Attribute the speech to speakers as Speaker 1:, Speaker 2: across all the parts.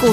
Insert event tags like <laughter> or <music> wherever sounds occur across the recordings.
Speaker 1: 股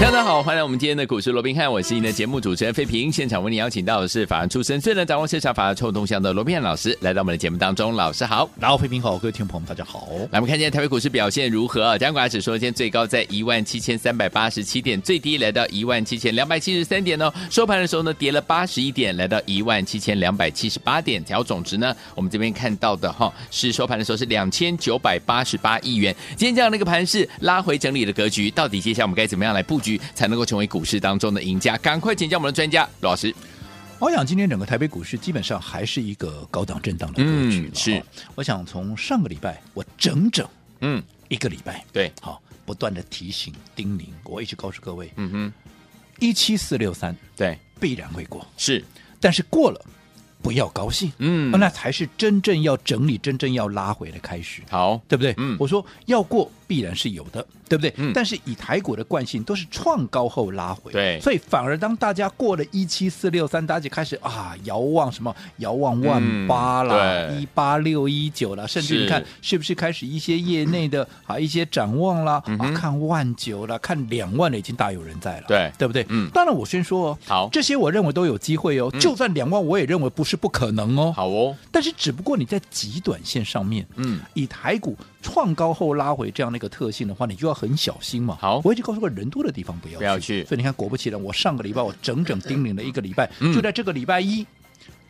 Speaker 2: 大家好，欢迎来我们今天的股市罗宾汉，我是您的节目主持人费平。现场为您邀请到的是法案出身、最能掌握市场法案臭动向的罗宾汉老师，来到我们的节目当中。老师好，
Speaker 3: 然后，飞平好，各位听众朋友们，大家好。
Speaker 2: 来我们看今天台北股市表现如何啊？加权指数今天最高在一万七千三百八十七点，最低来到一万七千两百七十三点哦。收盘的时候呢，跌了八十一点，来到一万七千两百七十八点。调总值呢，我们这边看到的哈，是收盘的时候是两千九百八十八亿元。今天这样的一个盘势，拉回整理的格局，到底接下来我们该怎么样来布局，才能够成为股市当中的赢家？赶快请教我们的专家罗老师。
Speaker 3: <laughs> 我想今天整个台北股市基本上还是一个高档震荡的格局了、
Speaker 2: 嗯是
Speaker 3: 哦我想从上个礼拜，我整整
Speaker 2: 嗯，
Speaker 3: 一个礼拜，
Speaker 2: 对，
Speaker 3: 好、不断的提醒、叮咛，我一直告诉各位，
Speaker 2: 嗯哼，
Speaker 3: 一七四六三
Speaker 2: 对，
Speaker 3: 必然会过，
Speaker 2: 是，
Speaker 3: 但是过了不要高兴，哦
Speaker 2: 嗯
Speaker 3: 那才是真正要整理、真正要拉回的开始。
Speaker 2: 好，
Speaker 3: 对不对？
Speaker 2: 嗯
Speaker 3: 我说要过必然是有的，对不对？
Speaker 2: 嗯
Speaker 3: 但是以台股的惯性都是创高后拉回，
Speaker 2: 对
Speaker 3: 所以反而当大家过了一七四六三，大家就开始啊遥望什么遥望万八啦，
Speaker 2: 嗯
Speaker 3: 一八六一九啦，甚至
Speaker 2: 是
Speaker 3: 你看是不是开始一些业内的啊一些展望啦，
Speaker 2: 嗯哼
Speaker 3: 啊看万九啦，看两万的已经大有人在了，
Speaker 2: 对
Speaker 3: 对不对？
Speaker 2: 嗯
Speaker 3: 当然我先说哦，
Speaker 2: 好嗯
Speaker 3: 这些我认为都有机会哦，就算两万我也认为不是不可能哦，
Speaker 2: 好哦，
Speaker 3: 但是只不过你在极短线上面，
Speaker 2: 嗯，
Speaker 3: 以台股创高后拉回这样的一个特性的话，你就要很小心嘛。
Speaker 2: 好
Speaker 3: 我已经告诉过人多的地方不要
Speaker 2: 不要去
Speaker 3: 所以你看，果不其然，我上个礼拜我整整叮咛了一个礼拜，
Speaker 2: 嗯
Speaker 3: 就在这个礼拜一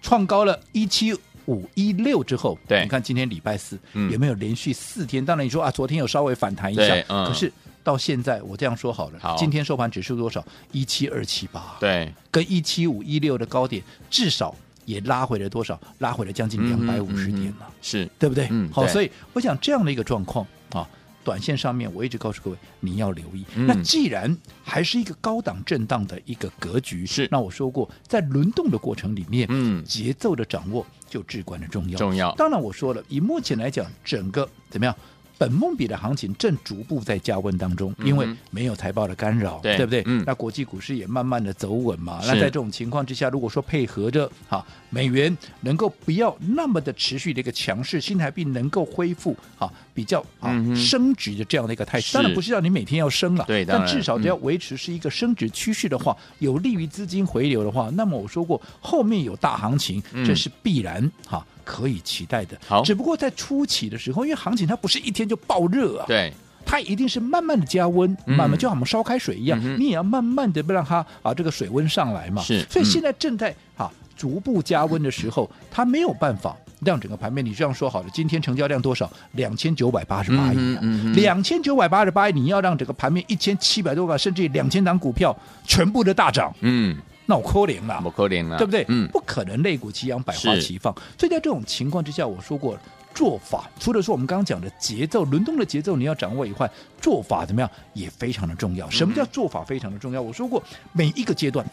Speaker 3: 创高了一七。五一六之后，
Speaker 2: 对
Speaker 3: 你看今天礼拜四、
Speaker 2: 嗯
Speaker 3: 有没有连续四天？当然你说啊，昨天有稍微反弹一下
Speaker 2: 对，嗯
Speaker 3: 可是到现在我这样说好了，
Speaker 2: 好
Speaker 3: 今天收盘指数多少？一七二七八，
Speaker 2: 对，
Speaker 3: 跟一七五一六的高点至少也拉回了多少？拉回了将
Speaker 2: 嗯
Speaker 3: 近两百五十点了。
Speaker 2: 是，
Speaker 3: 对不对？
Speaker 2: 嗯
Speaker 3: 好，
Speaker 2: 对
Speaker 3: 所以我想这样的一个状况啊，短线上面我一直告诉各位你要留意。
Speaker 2: 嗯
Speaker 3: 那既然还是一个高档震荡的一个格局，
Speaker 2: 是
Speaker 3: 那我说过，在轮动的过程里面，
Speaker 2: 嗯
Speaker 3: 节奏的掌握就至关的重要。
Speaker 2: 重要
Speaker 3: 当然我说了，以目前来讲，整个怎么样？本梦比的行情正逐步在加温当中，因为
Speaker 2: 嗯哼
Speaker 3: 没有财报的干扰，
Speaker 2: 对
Speaker 3: 不对？
Speaker 2: 嗯
Speaker 3: 那国际股市也慢慢的走稳嘛。
Speaker 2: 是
Speaker 3: 那在这种情况之下，如果说配合着哈美元能够不要那么的持续的一个强势，新台币能够恢复哈比较啊、
Speaker 2: 嗯哼
Speaker 3: 升值的这样的一个态势，
Speaker 2: 是
Speaker 3: 当然不是让你每天要升了，
Speaker 2: 对当
Speaker 3: 但
Speaker 2: 然
Speaker 3: 至少
Speaker 2: 嗯
Speaker 3: 只要维持是一个升值趋势的话，有利于资金回流的话，那么我说过后面有大行情，
Speaker 2: 嗯
Speaker 3: 这是必然哈。可以期待的，
Speaker 2: 好
Speaker 3: 只不过在初期的时候，因为行情它不是一天就爆热啊，
Speaker 2: 对，
Speaker 3: 它一定是慢慢的加温，
Speaker 2: 嗯
Speaker 3: 慢慢就像我们烧开水一样，
Speaker 2: 嗯哼
Speaker 3: 你也要慢慢的让它啊这个水温上来嘛。
Speaker 2: 是
Speaker 3: 所以
Speaker 2: 嗯
Speaker 3: 现在正在啊逐步加温的时候，它没有办法让整个盘面，你这样说好了，今天成交量多少？两千九百八十八亿
Speaker 2: 嗯哼
Speaker 3: 啊
Speaker 2: 嗯哼，
Speaker 3: 两千九百八十八亿，你要让整个盘面一千七百多个，甚至两千档股票全部的大涨，
Speaker 2: 嗯，
Speaker 3: 那我扣零了
Speaker 2: 不。可怜了，
Speaker 3: 对不对？
Speaker 2: 嗯，
Speaker 3: 不可能肋骨齐扬，百花
Speaker 2: 是
Speaker 3: 齐放。所以在这种情况之下，我说过了做法，除了说我们刚刚讲的节奏、轮动的节奏你要掌握以外，做法怎么样也非常的重要。什么叫做法非常的重要？我说过，每一个阶段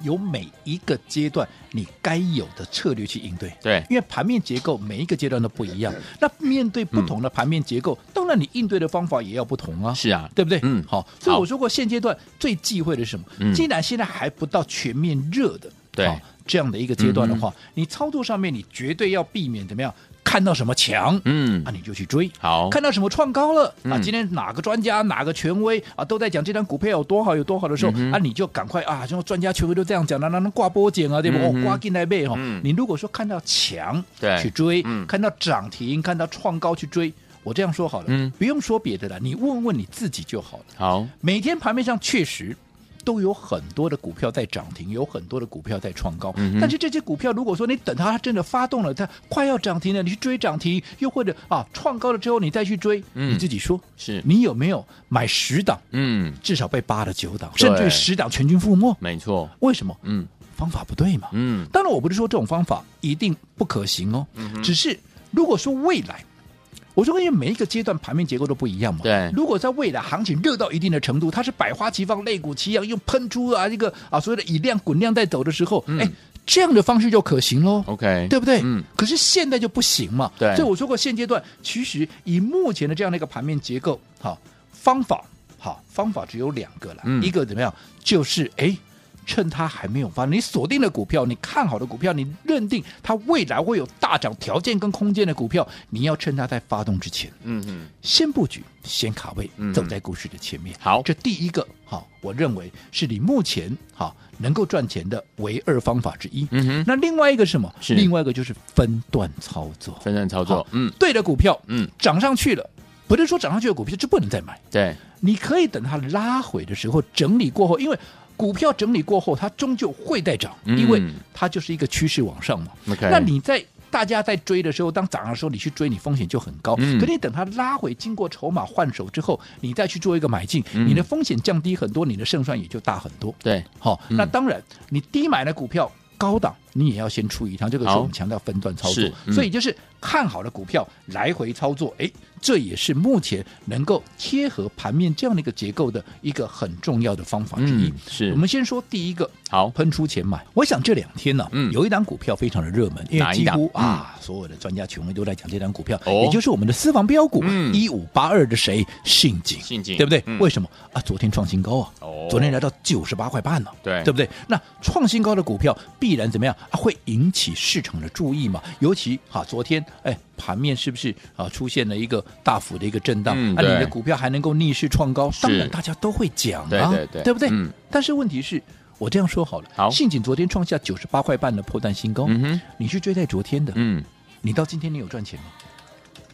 Speaker 3: 有每一个阶段你该有的策略去应对。
Speaker 2: 对，
Speaker 3: 因为盘面结构每一个阶段都不一样，那面对不同的盘面结构，当然你应对的方法也要不同啊。
Speaker 2: 是啊，
Speaker 3: 对不对？
Speaker 2: 嗯
Speaker 3: 好，所以
Speaker 2: 好
Speaker 3: 我说过，现阶段最忌讳的是什么？
Speaker 2: 嗯
Speaker 3: 既然现在还不到全面热的，
Speaker 2: 对嗯
Speaker 3: 好这样的一个阶段的话，你操作上面你绝对要避免怎么样？看到什么强，
Speaker 2: 嗯
Speaker 3: 啊，，你就去追。
Speaker 2: 好，
Speaker 3: 看到什么创高了、啊！
Speaker 2: 嗯
Speaker 3: 今天哪个专家、哪个权威啊，都在讲这张股票有多好、有多好的时候，啊，你就赶快啊，就专家权威都这样讲了，那那挂波减啊，对不？
Speaker 2: 嗯哼
Speaker 3: 哦，挂进来呗哈、
Speaker 2: 嗯
Speaker 3: 你如果说看到强
Speaker 2: 对
Speaker 3: 去追，
Speaker 2: 嗯
Speaker 3: 看到涨停、看到创高去追，我这样说好了，
Speaker 2: 嗯
Speaker 3: 不用说别的了，你问问你自己就好了。
Speaker 2: 好，
Speaker 3: 每天盘面上确实都有很多的股票在涨停，有很多的股票在创高。
Speaker 2: 嗯哼
Speaker 3: 但是这些股票，如果说你等它真的发动了，它快要涨停了，你去追涨停，又或者啊创高了之后你再去追，
Speaker 2: 嗯
Speaker 3: 你自己说，
Speaker 2: 是，
Speaker 3: 你有没有买十档，
Speaker 2: 嗯，
Speaker 3: 至少被八的九档，
Speaker 2: 对
Speaker 3: 甚至于十档全军覆没？
Speaker 2: 没错，
Speaker 3: 为什么？
Speaker 2: 嗯
Speaker 3: 方法不对嘛。
Speaker 2: 嗯，
Speaker 3: 当然，我不是说这种方法一定不可行哦，只是如果说未来，我说因为每一个阶段盘面结构都不一样嘛，
Speaker 2: 对
Speaker 3: 如果在未来行情热到一定的程度，
Speaker 2: 嗯
Speaker 3: 它是百花齐放、肋骨齐扬，又喷出啊这个啊所谓的以量滚量在走的时候，哎、这样的方式就可行喽。
Speaker 2: OK，
Speaker 3: 对不对？
Speaker 2: 嗯，
Speaker 3: 可是现在就不行嘛。
Speaker 2: 对
Speaker 3: 所以我说过，现阶段其实以目前的这样的一个盘面结构，好方法，好方法只有两个了。
Speaker 2: 嗯
Speaker 3: 一个怎么样？就是哎。趁它还没有发，你锁定的股票，你看好的股票，你认定它未来会有大涨条件跟空间的股票，你要趁它在发动之前，
Speaker 2: 嗯嗯，
Speaker 3: 先布局，先卡位
Speaker 2: 嗯，
Speaker 3: 走在股市的前面。
Speaker 2: 好
Speaker 3: 这第一个好，我认为是你目前好能够赚钱的唯二方法之一。
Speaker 2: 嗯哼，
Speaker 3: 那另外一个是什么？
Speaker 2: 是
Speaker 3: 另外一个就是分段操作。
Speaker 2: 分散操作
Speaker 3: 好，
Speaker 2: 嗯
Speaker 3: 对的股票，
Speaker 2: 嗯，
Speaker 3: 涨上去了，不是说涨上去的股票就不能再买，
Speaker 2: 对，
Speaker 3: 你可以等它拉回的时候，整理过后，因为。股票整理过后，它终究会再涨，
Speaker 2: 嗯
Speaker 3: 因为它就是一个趋势往上嘛。
Speaker 2: OK
Speaker 3: 那你在大家在追的时候，当涨的时候，你去追，你风险就很高。
Speaker 2: 嗯
Speaker 3: 可你等它拉回，经过筹码换手之后，你再去做一个买进，
Speaker 2: 嗯
Speaker 3: 你的风险降低很多，你的胜算也就大很多。
Speaker 2: 对，
Speaker 3: 好、
Speaker 2: 嗯
Speaker 3: 那当然，你低买的股票高档，你也要先出一趟，这个是
Speaker 2: 好
Speaker 3: 我们强调分段操作
Speaker 2: 是，嗯
Speaker 3: 所以就是看好的股票来回操作，哎，这也是目前能够贴合盘面这样的一个结构的一个很重要的方法之一。
Speaker 2: 嗯是
Speaker 3: 我们先说第一个，
Speaker 2: 好，
Speaker 3: 喷出钱买。我想这两天呢、
Speaker 2: 嗯
Speaker 3: 有一档股票非常的热门，因
Speaker 2: 哪
Speaker 3: 为
Speaker 2: 一
Speaker 3: 几
Speaker 2: 档
Speaker 3: 乎啊，所有的专家权威都在讲这档股票，
Speaker 2: 哦
Speaker 3: 也就是我们的私房标股
Speaker 2: 嗯
Speaker 3: 一五八二的谁信锦，
Speaker 2: 信锦
Speaker 3: 对不对？
Speaker 2: 嗯
Speaker 3: 为什么啊？昨天创新高啊，
Speaker 2: 哦
Speaker 3: 昨天来到九十八块半呢、
Speaker 2: 对
Speaker 3: 对不对？那创新高的股票必然怎么样啊？会引起市场的注意嘛？尤其啊，昨天哎，盘面是不是啊出现了一个大幅的一个震荡？
Speaker 2: 嗯
Speaker 3: 啊，你
Speaker 2: 对
Speaker 3: 的股票还能够逆势创高，当
Speaker 2: 是
Speaker 3: 然大家都会讲啊，
Speaker 2: 对对对
Speaker 3: 不对？
Speaker 2: 嗯
Speaker 3: 但是问题是，我这样说好了，
Speaker 2: 好
Speaker 3: 信锦昨天创下九十八块半的破蛋新高，
Speaker 2: 嗯哼，
Speaker 3: 你去追在昨天的，
Speaker 2: 嗯
Speaker 3: 你到今天你有赚钱吗？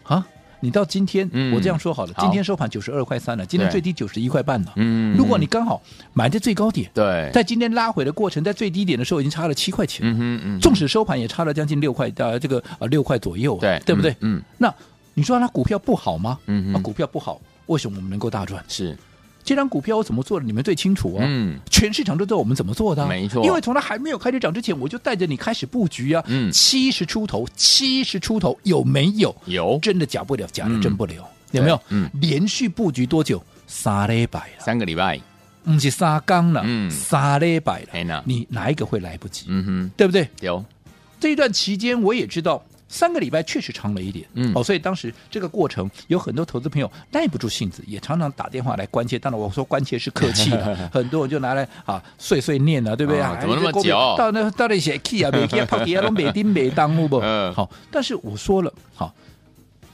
Speaker 3: 啊，你到今天，
Speaker 2: 嗯
Speaker 3: 我这样说好了，
Speaker 2: 好
Speaker 3: 今天收盘九十二块三了，今天
Speaker 2: 对
Speaker 3: 最低九十一块半了。
Speaker 2: 嗯，
Speaker 3: 如果你刚好买在最高点，
Speaker 2: 对，
Speaker 3: 在今天拉回的过程，在最低点的时候已经差了七块钱，
Speaker 2: 嗯哼嗯哼，
Speaker 3: 纵使收盘也差了将近六块，呃，这个呃六块左右啊，
Speaker 2: 对
Speaker 3: 对不对？
Speaker 2: 嗯嗯
Speaker 3: 那你说它股票不好吗？
Speaker 2: 嗯哼嗯
Speaker 3: 啊，股票不好，为什么我们能够大赚？
Speaker 2: 是，
Speaker 3: 这张股票我怎么做的，你们最清楚啊。
Speaker 2: 嗯
Speaker 3: 全市场都知道我们怎么做的啊、
Speaker 2: 没错
Speaker 3: 因为从它还没有开始涨之前，我就带着你开始布局啊，
Speaker 2: 嗯
Speaker 3: 七十出头，七十出头有没有？
Speaker 2: 有
Speaker 3: 真的假不了，假的
Speaker 2: 嗯
Speaker 3: 真不了，有没有？
Speaker 2: 嗯
Speaker 3: 连续布局多久？三礼拜了，
Speaker 2: 三个礼拜，
Speaker 3: 不是三缸了，
Speaker 2: 嗯
Speaker 3: 三礼拜了，
Speaker 2: 哎呐，
Speaker 3: 你哪一个会来不及？
Speaker 2: 嗯哼，
Speaker 3: 对不对？
Speaker 2: 有，
Speaker 3: 这一段期间我也知道。三个礼拜确实长了一点，
Speaker 2: 嗯
Speaker 3: 哦，所以当时这个过程有很多投资朋友耐不住性子，也常常打电话来关切。当然，我说关切是客
Speaker 2: <laughs>
Speaker 3: 气的，很多人就拿来啊碎碎念了，对不对
Speaker 2: 啊
Speaker 3: 啊？
Speaker 2: 怎么那么
Speaker 3: 哎这股票
Speaker 2: 久
Speaker 3: 到那到底写 key 啊，没 key 跑底啊，都没丁没当务不
Speaker 2: <laughs> 嗯？
Speaker 3: 好，但是我说了，好，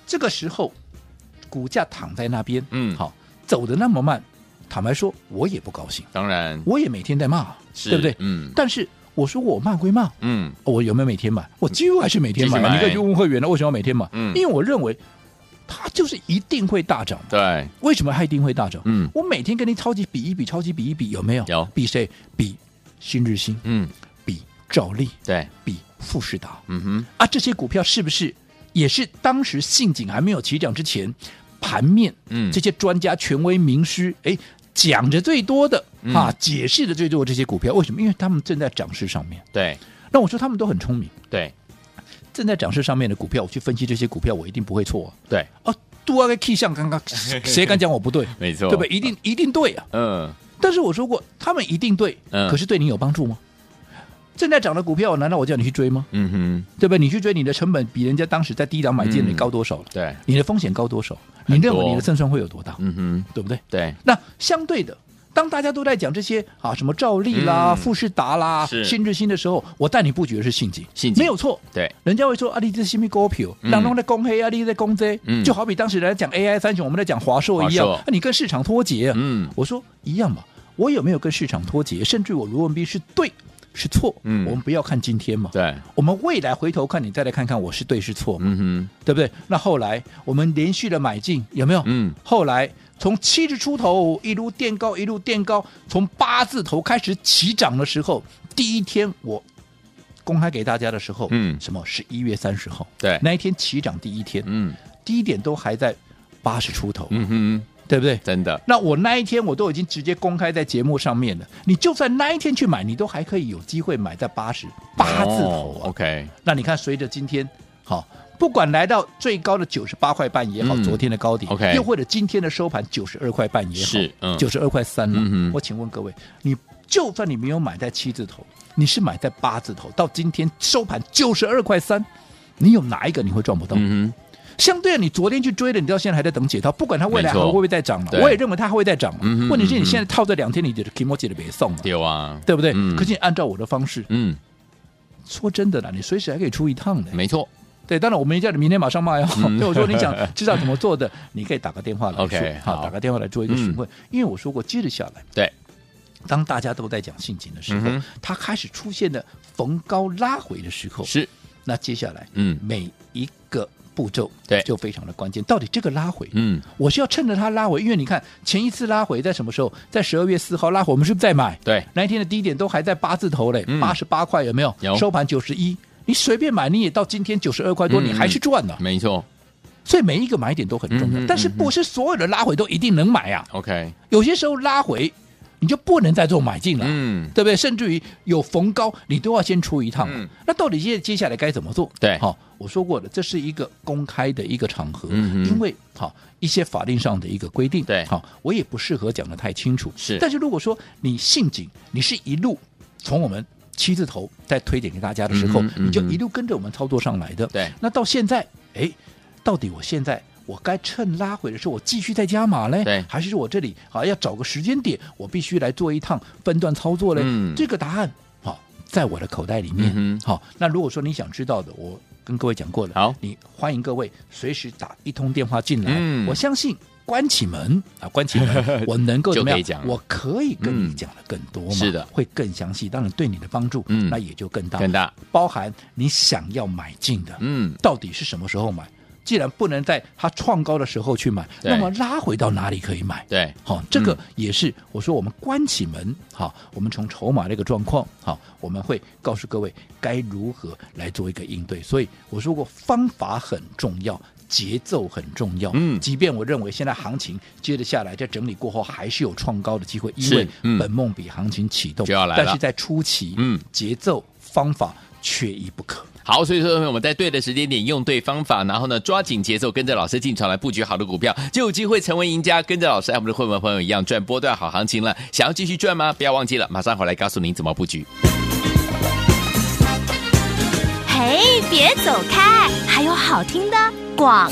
Speaker 3: 这个时候股价躺在那边，
Speaker 2: 嗯
Speaker 3: 好，走的那么慢，坦白说，我也不高兴，
Speaker 2: 当然
Speaker 3: 我也每天在骂，
Speaker 2: 是，
Speaker 3: 对不对？
Speaker 2: 嗯
Speaker 3: 但是我说我骂归骂，
Speaker 2: 嗯
Speaker 3: 我有没有每天买？我几乎还是每天买
Speaker 2: 继续
Speaker 3: 啊。
Speaker 2: 买
Speaker 3: 你可以去问会员了，为什么要每天买？
Speaker 2: 嗯
Speaker 3: 因为我认为它就是一定会大涨。
Speaker 2: 对，
Speaker 3: 为什么它一定会大涨？
Speaker 2: 嗯
Speaker 3: 我每天跟你超级比一比，超级比一比，有没有？
Speaker 2: 有
Speaker 3: 比谁？比新日新，
Speaker 2: 嗯
Speaker 3: 比兆利，
Speaker 2: 对，
Speaker 3: 比富士达
Speaker 2: 嗯哼
Speaker 3: 啊，这些股票是不是也是当时信景还没有起涨之前，盘面
Speaker 2: 嗯
Speaker 3: 这些专家、权威、名师，哎。讲着最多的
Speaker 2: 嗯
Speaker 3: 啊，解释的最多的这些股票，为什么？因为他们正在涨势上面。
Speaker 2: 对
Speaker 3: 那我说他们都很聪明，
Speaker 2: 对
Speaker 3: 正在涨势上面的股票，我去分析这些股票，我一定不会错、
Speaker 2: 对，
Speaker 3: 啊。哦，杜阿个 key
Speaker 2: <laughs>
Speaker 3: 像刚刚，谁敢讲我不对？
Speaker 2: 没错，
Speaker 3: 对不对？？一定一定对啊！
Speaker 2: 嗯
Speaker 3: 但是我说过，他们一定对，
Speaker 2: 嗯
Speaker 3: 可是对你有帮助吗？正在涨的股票，难道我叫你去追吗？
Speaker 2: 嗯哼，
Speaker 3: 对不对？你去追，你的成本比人家当时在低档买进的
Speaker 2: 嗯
Speaker 3: 高多少了？
Speaker 2: 对，
Speaker 3: 你的风险高多少？
Speaker 2: 多
Speaker 3: 你认为你的胜算会有多大？
Speaker 2: 嗯哼，
Speaker 3: 对不对？
Speaker 2: 对，
Speaker 3: 那相对的，当大家都在讲这些啊，什么兆利啦、
Speaker 2: 嗯
Speaker 3: 富士达啦、
Speaker 2: 是
Speaker 3: 新日新的时候，我带你布局的是信锦，
Speaker 2: 信锦
Speaker 3: 没有错，
Speaker 2: 对，
Speaker 3: 人家会说啊，你这是什么股票？
Speaker 2: 嗯
Speaker 3: 人拢在攻黑啊，你在攻这
Speaker 2: 嗯，
Speaker 3: 就好比当时人家讲 AI 三雄，我们在讲华硕一样，
Speaker 2: 华硕
Speaker 3: 啊，你跟市场脱节啊。
Speaker 2: 嗯
Speaker 3: 我说一样嘛，我有没有跟市场脱节？甚至我卢文斌是对是错，
Speaker 2: 嗯
Speaker 3: 我们不要看今天嘛，
Speaker 2: 对，
Speaker 3: 我们未来回头看，你再来看看我是对是错嘛，
Speaker 2: 嗯哼，
Speaker 3: 对不对？那后来我们连续的买进有没有？
Speaker 2: 嗯
Speaker 3: 后来从七十出头一路垫高，一路垫高，从八字头开始起涨的时候，第一天我公开给大家的时候，
Speaker 2: 嗯
Speaker 3: 什么十一月三十号，
Speaker 2: 对
Speaker 3: 那一天起涨第一天，
Speaker 2: 嗯
Speaker 3: 低点都还在八十出头，
Speaker 2: 嗯哼，
Speaker 3: 对不对？
Speaker 2: 真的，
Speaker 3: 那我那一天我都已经直接公开在节目上面了，你就算那一天去买，你都还可以有机会买在八十八字头啊。
Speaker 2: 哦，OK，
Speaker 3: 那你看，随着今天好不管来到最高的九十八块半也好，
Speaker 2: 嗯
Speaker 3: 昨天的高点
Speaker 2: OK
Speaker 3: 又或者今天的收盘九十二块半也
Speaker 2: 是嗯
Speaker 3: 好，九十二块三了、
Speaker 2: 嗯哼
Speaker 3: 我请问各位，你就算你没有买在七字头，你是买在八字头，到今天收盘九十二块三，你有哪一个你会赚不到？
Speaker 2: 嗯哼，
Speaker 3: 相对的，你昨天去追的，你到现在还在等解套，不管它未来
Speaker 2: 没
Speaker 3: 还
Speaker 2: 错
Speaker 3: 会不会再涨了
Speaker 2: 对，
Speaker 3: 我也认为它还会再涨嘛。
Speaker 2: 嗯哼
Speaker 3: 问题是
Speaker 2: 嗯
Speaker 3: 你
Speaker 2: 哼
Speaker 3: 现在套这两天，你的 k i m o j i 的别送了，
Speaker 2: 有啊，
Speaker 3: 对不对？
Speaker 2: 嗯
Speaker 3: 可是你按照我的方式，
Speaker 2: 嗯，
Speaker 3: 说真的啦，你随时还可以出一趟的。
Speaker 2: 没错，
Speaker 3: 对，当然我们叫你明天马上卖哦。 <laughs> 所以我说你想知道怎么做的，你可以打个电话来
Speaker 2: 嗯 <laughs> OK，
Speaker 3: 说
Speaker 2: 好嗯
Speaker 3: 好，打个电话来做一个询问，因为我说过，接着下来，
Speaker 2: 对，
Speaker 3: 当大家都在讲性情的时候
Speaker 2: 嗯哼，
Speaker 3: 它开始出现了逢高拉回的时候，
Speaker 2: 是，
Speaker 3: 那接下来，
Speaker 2: 嗯
Speaker 3: 每一个步骤，
Speaker 2: 对
Speaker 3: 就非常的关键。到底这个拉回，
Speaker 2: 嗯，
Speaker 3: 我是要趁着它拉回，因为你看前一次拉回在什么时候？在十二月四号拉回，我们是不是在买？
Speaker 2: 对，
Speaker 3: 那一天的低点都还在八字头嘞
Speaker 2: 嗯，
Speaker 3: 八十八块有没有？
Speaker 2: 有
Speaker 3: 收盘九十一，你随便买你也到今天九十二块多，
Speaker 2: 嗯
Speaker 3: 你还是赚的。
Speaker 2: 没错
Speaker 3: 所以每一个买点都很重要，
Speaker 2: 嗯嗯
Speaker 3: 但是
Speaker 2: 嗯嗯
Speaker 3: 不是所有的拉回都一定能买啊？
Speaker 2: ，OK，
Speaker 3: 有些时候拉回你就不能再做买进了。
Speaker 2: 嗯，
Speaker 3: 对不对？甚至于有逢高，你都要先出一趟嘛。
Speaker 2: 嗯
Speaker 3: 那到底接接下来该怎么做？
Speaker 2: 对
Speaker 3: 好、我说过了，这是一个公开的一个场合，
Speaker 2: 嗯哼
Speaker 3: 因为好、一些法令上的一个规定，
Speaker 2: 对
Speaker 3: 好、我也不适合讲的太清楚。
Speaker 2: 是
Speaker 3: 但是如果说你信警，你是一路从我们七字头再推荐给大家的时候，
Speaker 2: 嗯哼嗯哼
Speaker 3: 你就一路跟着我们操作上来的。
Speaker 2: 对
Speaker 3: 那到现在，哎，到底我现在。我该趁拉回的时候，我继续再加码嘞，
Speaker 2: 对
Speaker 3: 还是说我这里啊要找个时间点，我必须来做一趟分段操作嘞？
Speaker 2: 嗯
Speaker 3: 这个答案好、在我的口袋里面。
Speaker 2: 嗯
Speaker 3: 好、那如果说你想知道的，我跟各位讲过了。
Speaker 2: 好
Speaker 3: 你欢迎各位随时打一通电话进来。
Speaker 2: 嗯
Speaker 3: 我相信关起门啊，关起
Speaker 2: <laughs>
Speaker 3: 门，我能够
Speaker 2: 就
Speaker 3: 怎么
Speaker 2: 可以
Speaker 3: 样？
Speaker 2: 讲了
Speaker 3: 我可以跟你
Speaker 2: 嗯
Speaker 3: 讲的更多嘛？
Speaker 2: 是的
Speaker 3: 会更详细，当然对你的帮助，
Speaker 2: 嗯
Speaker 3: 那也就更大。
Speaker 2: 更大，
Speaker 3: 包含你想要买进的，
Speaker 2: 嗯，
Speaker 3: 到底是什么时候买？既然不能在它创高的时候去买，
Speaker 2: 对
Speaker 3: 那么拉回到哪里可以买？
Speaker 2: 对，
Speaker 3: 好，这
Speaker 2: 嗯
Speaker 3: 个也是我说我们关起门，好，我们从筹码这个状况，好，我们会告诉各位该如何来做一个应对。所以我说过，方法很重要，节奏很重要。
Speaker 2: 嗯
Speaker 3: 即便我认为现在行情接着下来，在整理过后还是有创高的机会，因
Speaker 2: 是
Speaker 3: 为
Speaker 2: 嗯
Speaker 3: 本梦比行情启动
Speaker 2: 就要来了
Speaker 3: 但是在初期，
Speaker 2: 嗯，
Speaker 3: 节奏方法缺一不可。
Speaker 2: 好，所以说我们在对的时间点用对方法，然后呢抓紧节奏，跟着老师进场来布局好的股票，就有机会成为赢家。跟着老师，哎和我们的会员朋友一样赚波段好行情了。想要继续赚吗？不要忘记了，马上回来告诉您怎么布局。
Speaker 1: 嘿，别走开，还有好听的广。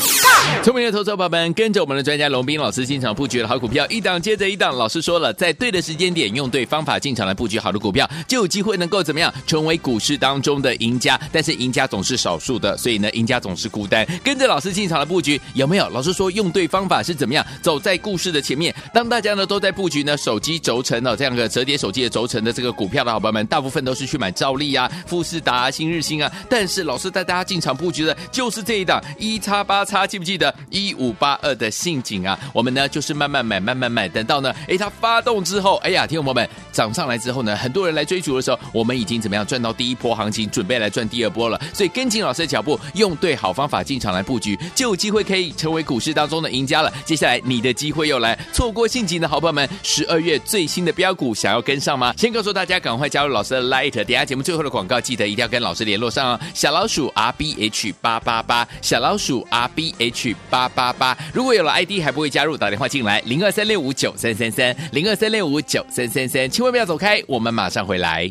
Speaker 2: 聪明的投资者朋友们，跟着我们的专家龙斌老师进场布局的好股票，一档接着一档。老师说了，在对的时间点，用对方法进场来布局好的股票，就有机会能够怎么样，成为股市当中的赢家。但是赢家总是少数的，所以呢，赢家总是孤单。跟着老师进场来布局，有没有？老师说用对方法是怎么样，走在故事的前面。当大家呢都在布局呢手机轴承哦的、这样的折叠手机的轴承的这个股票的好朋友们，大部分都是去买兆利啊、富士达、啊、新日新啊。但是老师带大家进场布局的就是这一档一叉八叉，记不记得一五八二的信景啊？我们呢就是慢慢买，慢慢买，等到呢，哎，它发动之后，哎呀，听众朋友们涨上来之后呢，很多人来追逐的时候，我们已经怎么样赚到第一波行情，准备来赚第二波了。所以跟紧老师的脚步，用对好方法进场来布局，就有机会可以成为股市当中的赢家了。接下来你的机会又来，错过信锦的好朋友们，十二月最新的标股想要跟上吗？先告诉大家，赶快加入老师的 Light，等一下节目最后的广告记得一定要跟老师联络上哦。小老鼠 R B H 八八八，小老鼠 R B H 八八八。如果有了 ID 还不会加入，打电话进来零二三六五九三三三零二三六五九三三三，千万不要走开，我们马上回来。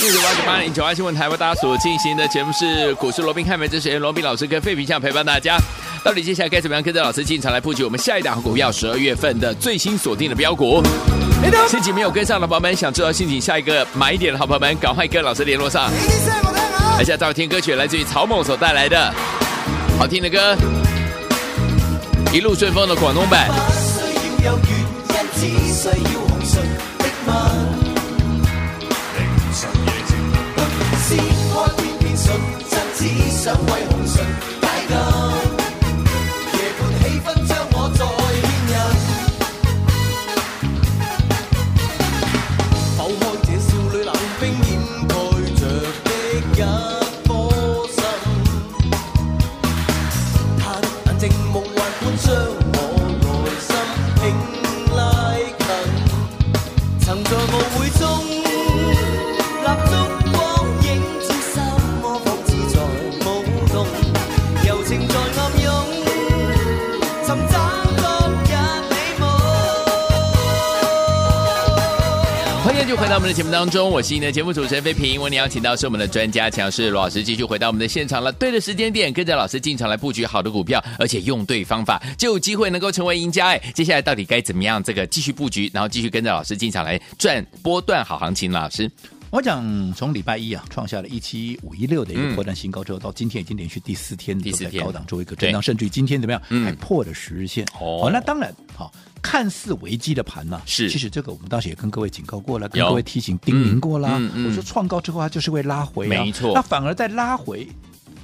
Speaker 2: 六九八九八零九八新闻台为大家所进行的节目是股市罗宾汉美之神罗宾老师跟费平相陪伴大家。到底接下来该怎么样跟着老师进场来布局我们下一档好股票十二月份的最新锁定的标股？心情没有跟上的宝宝们，想知道心情下一个买点的好朋友们，赶快跟老师联络上。而且，好听歌曲来自于曹猛所带来的好听的歌，一路顺风的广东版。
Speaker 4: 不需要有原因，只需要紅唇的吻。不知我偏偏信真，只想為紅唇解禁。夜半氣氛將我再牽引。剖開這少女冷冰掩蓋着的一顆心。他的眼睛夢幻般將我內心拼拉近，曾在舞會中蠟燭光影照，心魔仿似在舞動，柔情
Speaker 2: 续回到我们的节目当中，我是你的节目主持人费平。为你邀请到是我们的专家强势罗老师，继续回到我们的现场了。对的时间点，跟着老师进场来布局好的股票，而且用对方法，就有机会能够成为赢家。哎，接下来到底该怎么样？这个继续布局，然后继续跟着老师进场来赚波段好行情。老师，
Speaker 3: <laughs> 我讲从礼拜一啊创下了一七五一六的一
Speaker 2: 嗯
Speaker 3: 个波段新高之后，到今天已经连续第四天
Speaker 2: 第
Speaker 3: 都
Speaker 2: 四
Speaker 3: 在
Speaker 2: 天
Speaker 3: 高档做一个震
Speaker 2: 对
Speaker 3: 荡，甚至于今天怎么样、
Speaker 2: 嗯
Speaker 3: 还破了十日线。
Speaker 2: 哦
Speaker 3: 好那当然好。看似危机的盘呢、
Speaker 2: 是
Speaker 3: 其实这个我们当时也跟各位警告过了，跟
Speaker 2: 有
Speaker 3: 各位提醒叮咛过啦。
Speaker 2: 嗯嗯嗯
Speaker 3: 我说创高之后它就是会拉回、啊，
Speaker 2: 没错
Speaker 3: 那反而在拉回，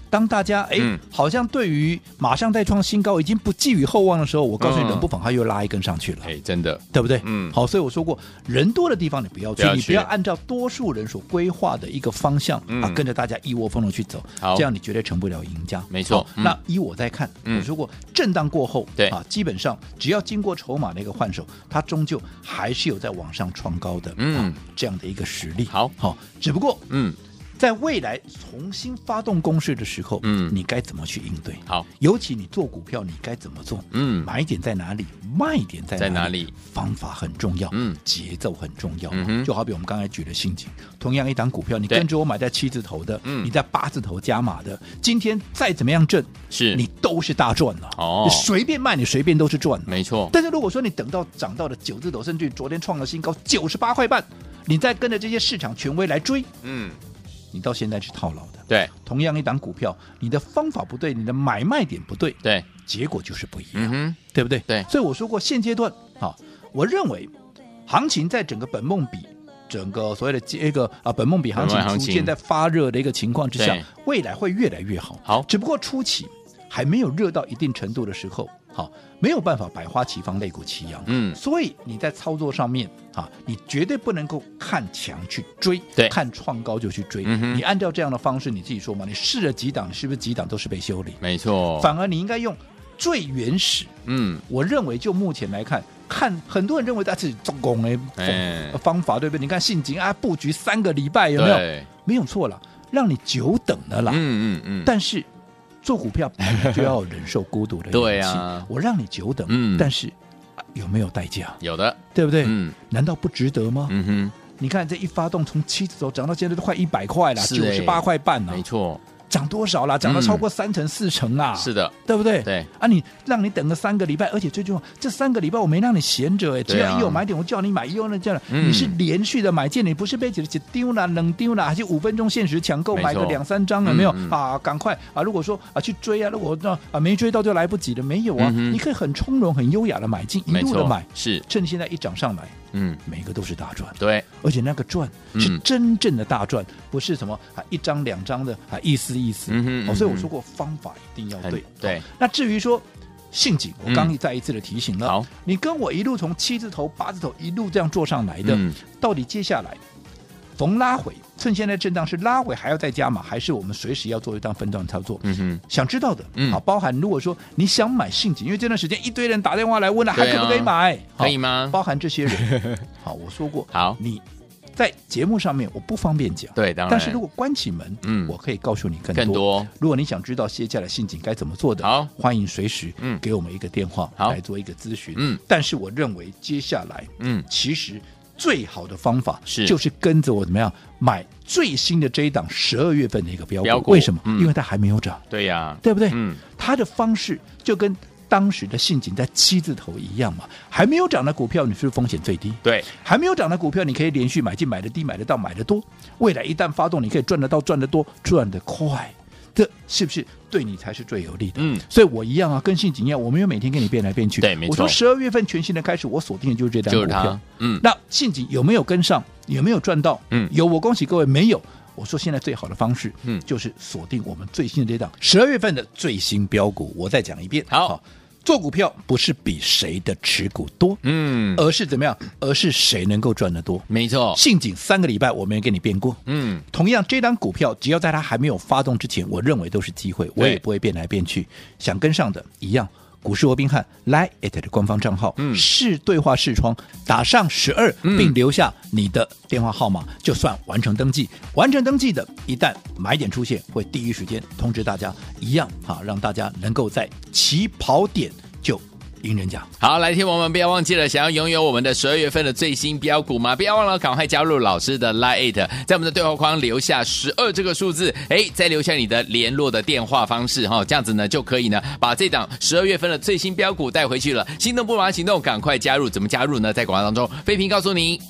Speaker 3: 当大家哎、
Speaker 2: 嗯
Speaker 3: 好像对于马上再创新高已经不寄予厚望的时候，我告诉你，
Speaker 2: 嗯
Speaker 3: 冷不防它又拉一根上去了。
Speaker 2: 哎，真的，
Speaker 3: 对不对？
Speaker 2: 嗯
Speaker 3: 好，所以我说过，人多的地方你不要去，
Speaker 2: 不要去
Speaker 3: 你不要按照多数人所规划的一个方向、
Speaker 2: 嗯
Speaker 3: 啊，跟着大家一窝蜂的去走
Speaker 2: 好，
Speaker 3: 这样你绝对成不了赢家。
Speaker 2: 没错
Speaker 3: 好
Speaker 2: 嗯
Speaker 3: 那依我在看，
Speaker 2: 嗯
Speaker 3: 我说过，震荡过后，
Speaker 2: 对
Speaker 3: 啊，基本上只要经过筹码的一个换手，它终究还是有在往上创高的，
Speaker 2: 嗯
Speaker 3: 啊这样的一个实力。
Speaker 2: 好
Speaker 3: 好，只不过
Speaker 2: 嗯，
Speaker 3: 在未来重新发动攻势的时候，
Speaker 2: 嗯
Speaker 3: 你该怎么去应对？
Speaker 2: 好，
Speaker 3: 尤其你做股票，你该怎么做？
Speaker 2: 嗯
Speaker 3: 买点在哪里？卖点在
Speaker 2: 在哪
Speaker 3: 哪
Speaker 2: 里？
Speaker 3: 方法很重要，
Speaker 2: 嗯
Speaker 3: 节奏很重要。
Speaker 2: 嗯哼
Speaker 3: 就好比我们刚才举的陷阱，同样一档股票，你
Speaker 2: 对
Speaker 3: 跟着我买在七字头的，
Speaker 2: 嗯
Speaker 3: 你在八字头加码的，今天再怎么样挣，
Speaker 2: 是
Speaker 3: 你都是大赚了。
Speaker 2: 哦
Speaker 3: 你随便卖，你随便都是赚的。
Speaker 2: 没错，
Speaker 3: 但是如果说你等到涨到了九字头，甚至于昨天创了新高九十八块半，你再跟着这些市场权威来追，
Speaker 2: 嗯，
Speaker 3: 你到现在是套牢的。
Speaker 2: 对
Speaker 3: 同样一档股票，你的方法不对，你的买卖点不对，
Speaker 2: 对，
Speaker 3: 结果就是不一样。
Speaker 2: 嗯哼，
Speaker 3: 对不对？
Speaker 2: 对
Speaker 3: 所以我说过，现阶段啊，我认为行情在整个本梦比。整个所谓的这个啊，本梦比行
Speaker 2: 本
Speaker 3: 情
Speaker 2: 梦行
Speaker 3: 逐
Speaker 2: 情
Speaker 3: 渐在发热的一个情况之下
Speaker 2: 对，
Speaker 3: 未来会越来越好。
Speaker 2: 好
Speaker 3: 只不过初期还没有热到一定程度的时候，好，没有办法百花齐放，肋骨齐扬。
Speaker 2: 嗯
Speaker 3: 所以你在操作上面啊，你绝对不能够看强去追，
Speaker 2: 对
Speaker 3: 看创高就去追。
Speaker 2: 嗯哼
Speaker 3: 你按照这样的方式，你自己说嘛，你试了几档，是不是几档都是被修理？
Speaker 2: 没错，
Speaker 3: 反而你应该用最原始。
Speaker 2: 嗯，
Speaker 3: 我认为就目前来看，看很多人认为他是中共的
Speaker 2: 哎
Speaker 3: 方方法，对不对？你看信金啊，布局三个礼拜有没有？
Speaker 2: 对，
Speaker 3: 没有错了，让你久等了啦。
Speaker 2: 嗯嗯嗯，
Speaker 3: 但是做股票本来就要忍受孤独的勇气
Speaker 2: 对啊
Speaker 3: 我让你久等，
Speaker 2: 嗯
Speaker 3: 但是、啊有没有代价？
Speaker 2: 有的，
Speaker 3: 对不对？
Speaker 2: 嗯
Speaker 3: 难道不值得吗？
Speaker 2: 嗯哼，
Speaker 3: 你看这一发动，从七十走涨到现在都快一百块了，
Speaker 2: 是
Speaker 3: 九
Speaker 2: 哎
Speaker 3: 十八块半了
Speaker 2: 没，错，
Speaker 3: 涨多少了？涨了
Speaker 2: 嗯
Speaker 3: 超过三成、四成啊！
Speaker 2: 是的，
Speaker 3: 对不对？
Speaker 2: 对
Speaker 3: 啊，你让你等个三个礼拜，而且最重要，这三个礼拜我没让你闲着哎，只
Speaker 2: 对啊
Speaker 3: 要一有买点，我叫你买，一有那这样，
Speaker 2: 嗯
Speaker 3: 你是连续的买进，你不是被几几丢了、冷丢了，还是五分钟限时抢购
Speaker 2: 没错
Speaker 3: 买个两三张有没有
Speaker 2: 嗯嗯
Speaker 3: 啊？赶快啊！如果说啊去追啊，如果那啊没追到就来不及了，没有啊，
Speaker 2: 嗯哼
Speaker 3: 你可以很从容、很优雅的买进，一
Speaker 2: 没
Speaker 3: 路的
Speaker 2: 错
Speaker 3: 买，，
Speaker 2: 是，
Speaker 3: 趁现在一涨上来，
Speaker 2: 嗯，
Speaker 3: 每个都是大赚。
Speaker 2: 对，
Speaker 3: 而且那个赚
Speaker 2: 嗯
Speaker 3: 是真正的大赚，不是什么啊一张两张的啊一丝一丝。
Speaker 2: 嗯哼
Speaker 3: 哦，
Speaker 2: 嗯
Speaker 3: 所以我
Speaker 2: 哼
Speaker 3: 说过方法一定要
Speaker 2: 很
Speaker 3: 哦对。
Speaker 2: 对
Speaker 3: 好那至于说陷阱，我刚
Speaker 2: 嗯
Speaker 3: 再一次的提醒了。
Speaker 2: 好，
Speaker 3: 你跟我一路从七字头、八字头一路这样做上来的，
Speaker 2: 嗯
Speaker 3: 到底接下来逢拉回，趁现在震荡是拉回还要再加码，还是我们随时要做一段分段操作？
Speaker 2: 嗯哼，
Speaker 3: 想知道的，
Speaker 2: 嗯
Speaker 3: 好，包含如果说你想买信锦，因为这段时间一堆人打电话来问了，
Speaker 2: 对啊
Speaker 3: 还可不可以买？好
Speaker 2: 可以吗
Speaker 3: 包含这些人，
Speaker 2: <laughs>
Speaker 3: 好，我说过，
Speaker 2: 好
Speaker 3: 你在节目上面我不方便讲，
Speaker 2: 对，当然，
Speaker 3: 但是如果关起门，
Speaker 2: 嗯
Speaker 3: 我可以告诉你更多。
Speaker 2: 更多，
Speaker 3: 如果你想知道接下来信锦该怎么做的，
Speaker 2: 好
Speaker 3: 欢迎随时
Speaker 2: 嗯
Speaker 3: 给我们一个电话
Speaker 2: 好
Speaker 3: 来做一个咨询。
Speaker 2: 嗯，
Speaker 3: 但是我认为接下来，
Speaker 2: 嗯
Speaker 3: 其实最好的方法
Speaker 2: 是
Speaker 3: 就是跟着我怎么样买最新的这一档十二月份的一个标股。
Speaker 2: 标股
Speaker 3: 为什么？
Speaker 2: 嗯
Speaker 3: 因为它还没有涨，
Speaker 2: 对呀，
Speaker 3: 对不对？
Speaker 2: 嗯，
Speaker 3: 它的方式就跟。当时的信锦在七字头一样嘛，还没有涨的股票，你是不是风险最低？
Speaker 2: 对，
Speaker 3: 还没有涨的股票，你可以连续买进，买的低，买得到，买得多。未来一旦发动，你可以赚得到，赚得多，赚得快，这是不是对你才是最有利的？
Speaker 2: 嗯
Speaker 3: 所以我一样啊，跟信锦一样，我没有每天跟你变来变去。
Speaker 2: 对没错
Speaker 3: 我说十二月份全新的开始，我锁定的就是这单
Speaker 2: 就
Speaker 3: 股
Speaker 2: 是
Speaker 3: 票
Speaker 2: 他。，嗯，
Speaker 3: 那信锦有没有跟上？有没有赚到？
Speaker 2: 嗯
Speaker 3: 有。我恭喜各位，没有。我说现在最好的方式，
Speaker 2: 嗯
Speaker 3: 就是锁定我们最新的这档十二月份的最新标股。我再讲一遍，
Speaker 2: 好
Speaker 3: 做股票不是比谁的持股多，
Speaker 2: 嗯，
Speaker 3: 而是怎么样？而是谁能够赚得多？
Speaker 2: 没错，
Speaker 3: 信锦三个礼拜我没有给你变过。
Speaker 2: 嗯，
Speaker 3: 同样，这档股票只要在它还没有发动之前，我认为都是机会，我也不会变来变去。想跟上的一样，股市罗宾汉 Line at 的官方账号，
Speaker 2: 嗯
Speaker 3: 是对话视窗，打上十二，
Speaker 2: 嗯
Speaker 3: 并留下你的电话号码，就算完成登记。完成登记的，一旦买点出现，会第一时间通知大家，一样哈，让大家能够在起跑点就赢人家。
Speaker 2: 好，来听我们不要忘记了，想要拥有我们的十二月份的最新标股吗？不要忘了赶快加入老师的 Line，在我们的对话框留下十二这个数字，哎，再留下你的联络的电话方式哈、这样子呢就可以呢把这档十二月份的最新标股带回去了。心动不马上行动，赶快加入！怎么加入呢？在广告当中，飞平告诉你。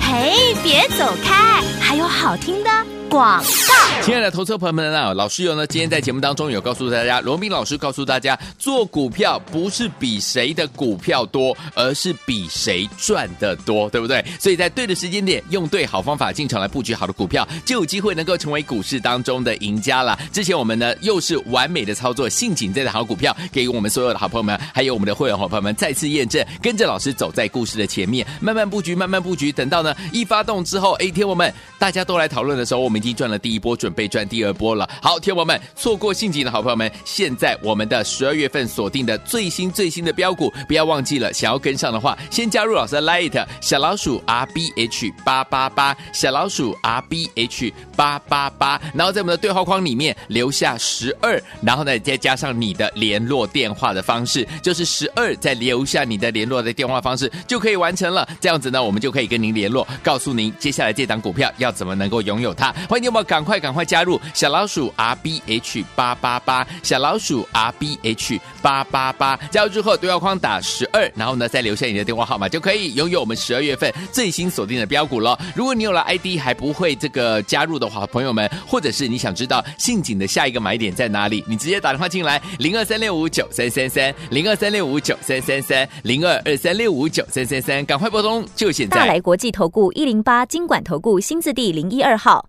Speaker 1: 嘿，别走开，还有好听的广告。
Speaker 2: 亲爱的投资朋友们啊，老师有呢，今天在节目当中有告诉大家，罗斌老师告诉大家，做股票不是比谁的股票多，而是比谁赚的多，对不对？所以在对的时间点，用对好方法进场来布局好的股票，就有机会能够成为股市当中的赢家了。之前我们呢，又是完美的操作，信锦这的好股票，给我们所有的好朋友们，还有我们的会员好朋友们再次验证，跟着老师走在故事的前面，慢慢布局，慢慢布局，等到呢一发动之后，哎，天我们大家都来讨论的时候，我们已经赚了第一波，准备赚第二波了。好，天王们，错过陷阱的好朋友们，现在我们的十二月份锁定的最新最新的标股，不要忘记了，想要跟上的话，先加入老师的 Light 小老鼠 R B H 八八八，小老鼠 R B H 八八八，然后在我们的对话框里面留下十二，然后呢再加上你的联络电话的方式，就是十二，再留下你的联络的电话方式就可以完成了。这样子呢，我们就可以跟您联络，告诉您接下来这档股票要怎么能够拥有它。欢迎你们赶快赶快加入小老鼠 R B H 八八八，小老鼠 R B H 八八八，加入之后对话框打十二，然后呢再留下你的电话号码，就可以拥有我们十二月份最新锁定的标股了。如果你有了 ID 还不会这个加入的话，朋友们，或者是你想知道信锦的下一个买点在哪里，你直接打电话进来零二三六五九三三三零二三六五九三三三零二二三六五九三三三，赶快拨通，就现
Speaker 5: 大
Speaker 2: 在。
Speaker 5: 来国际投顾一零八金管投顾新字第零一二号。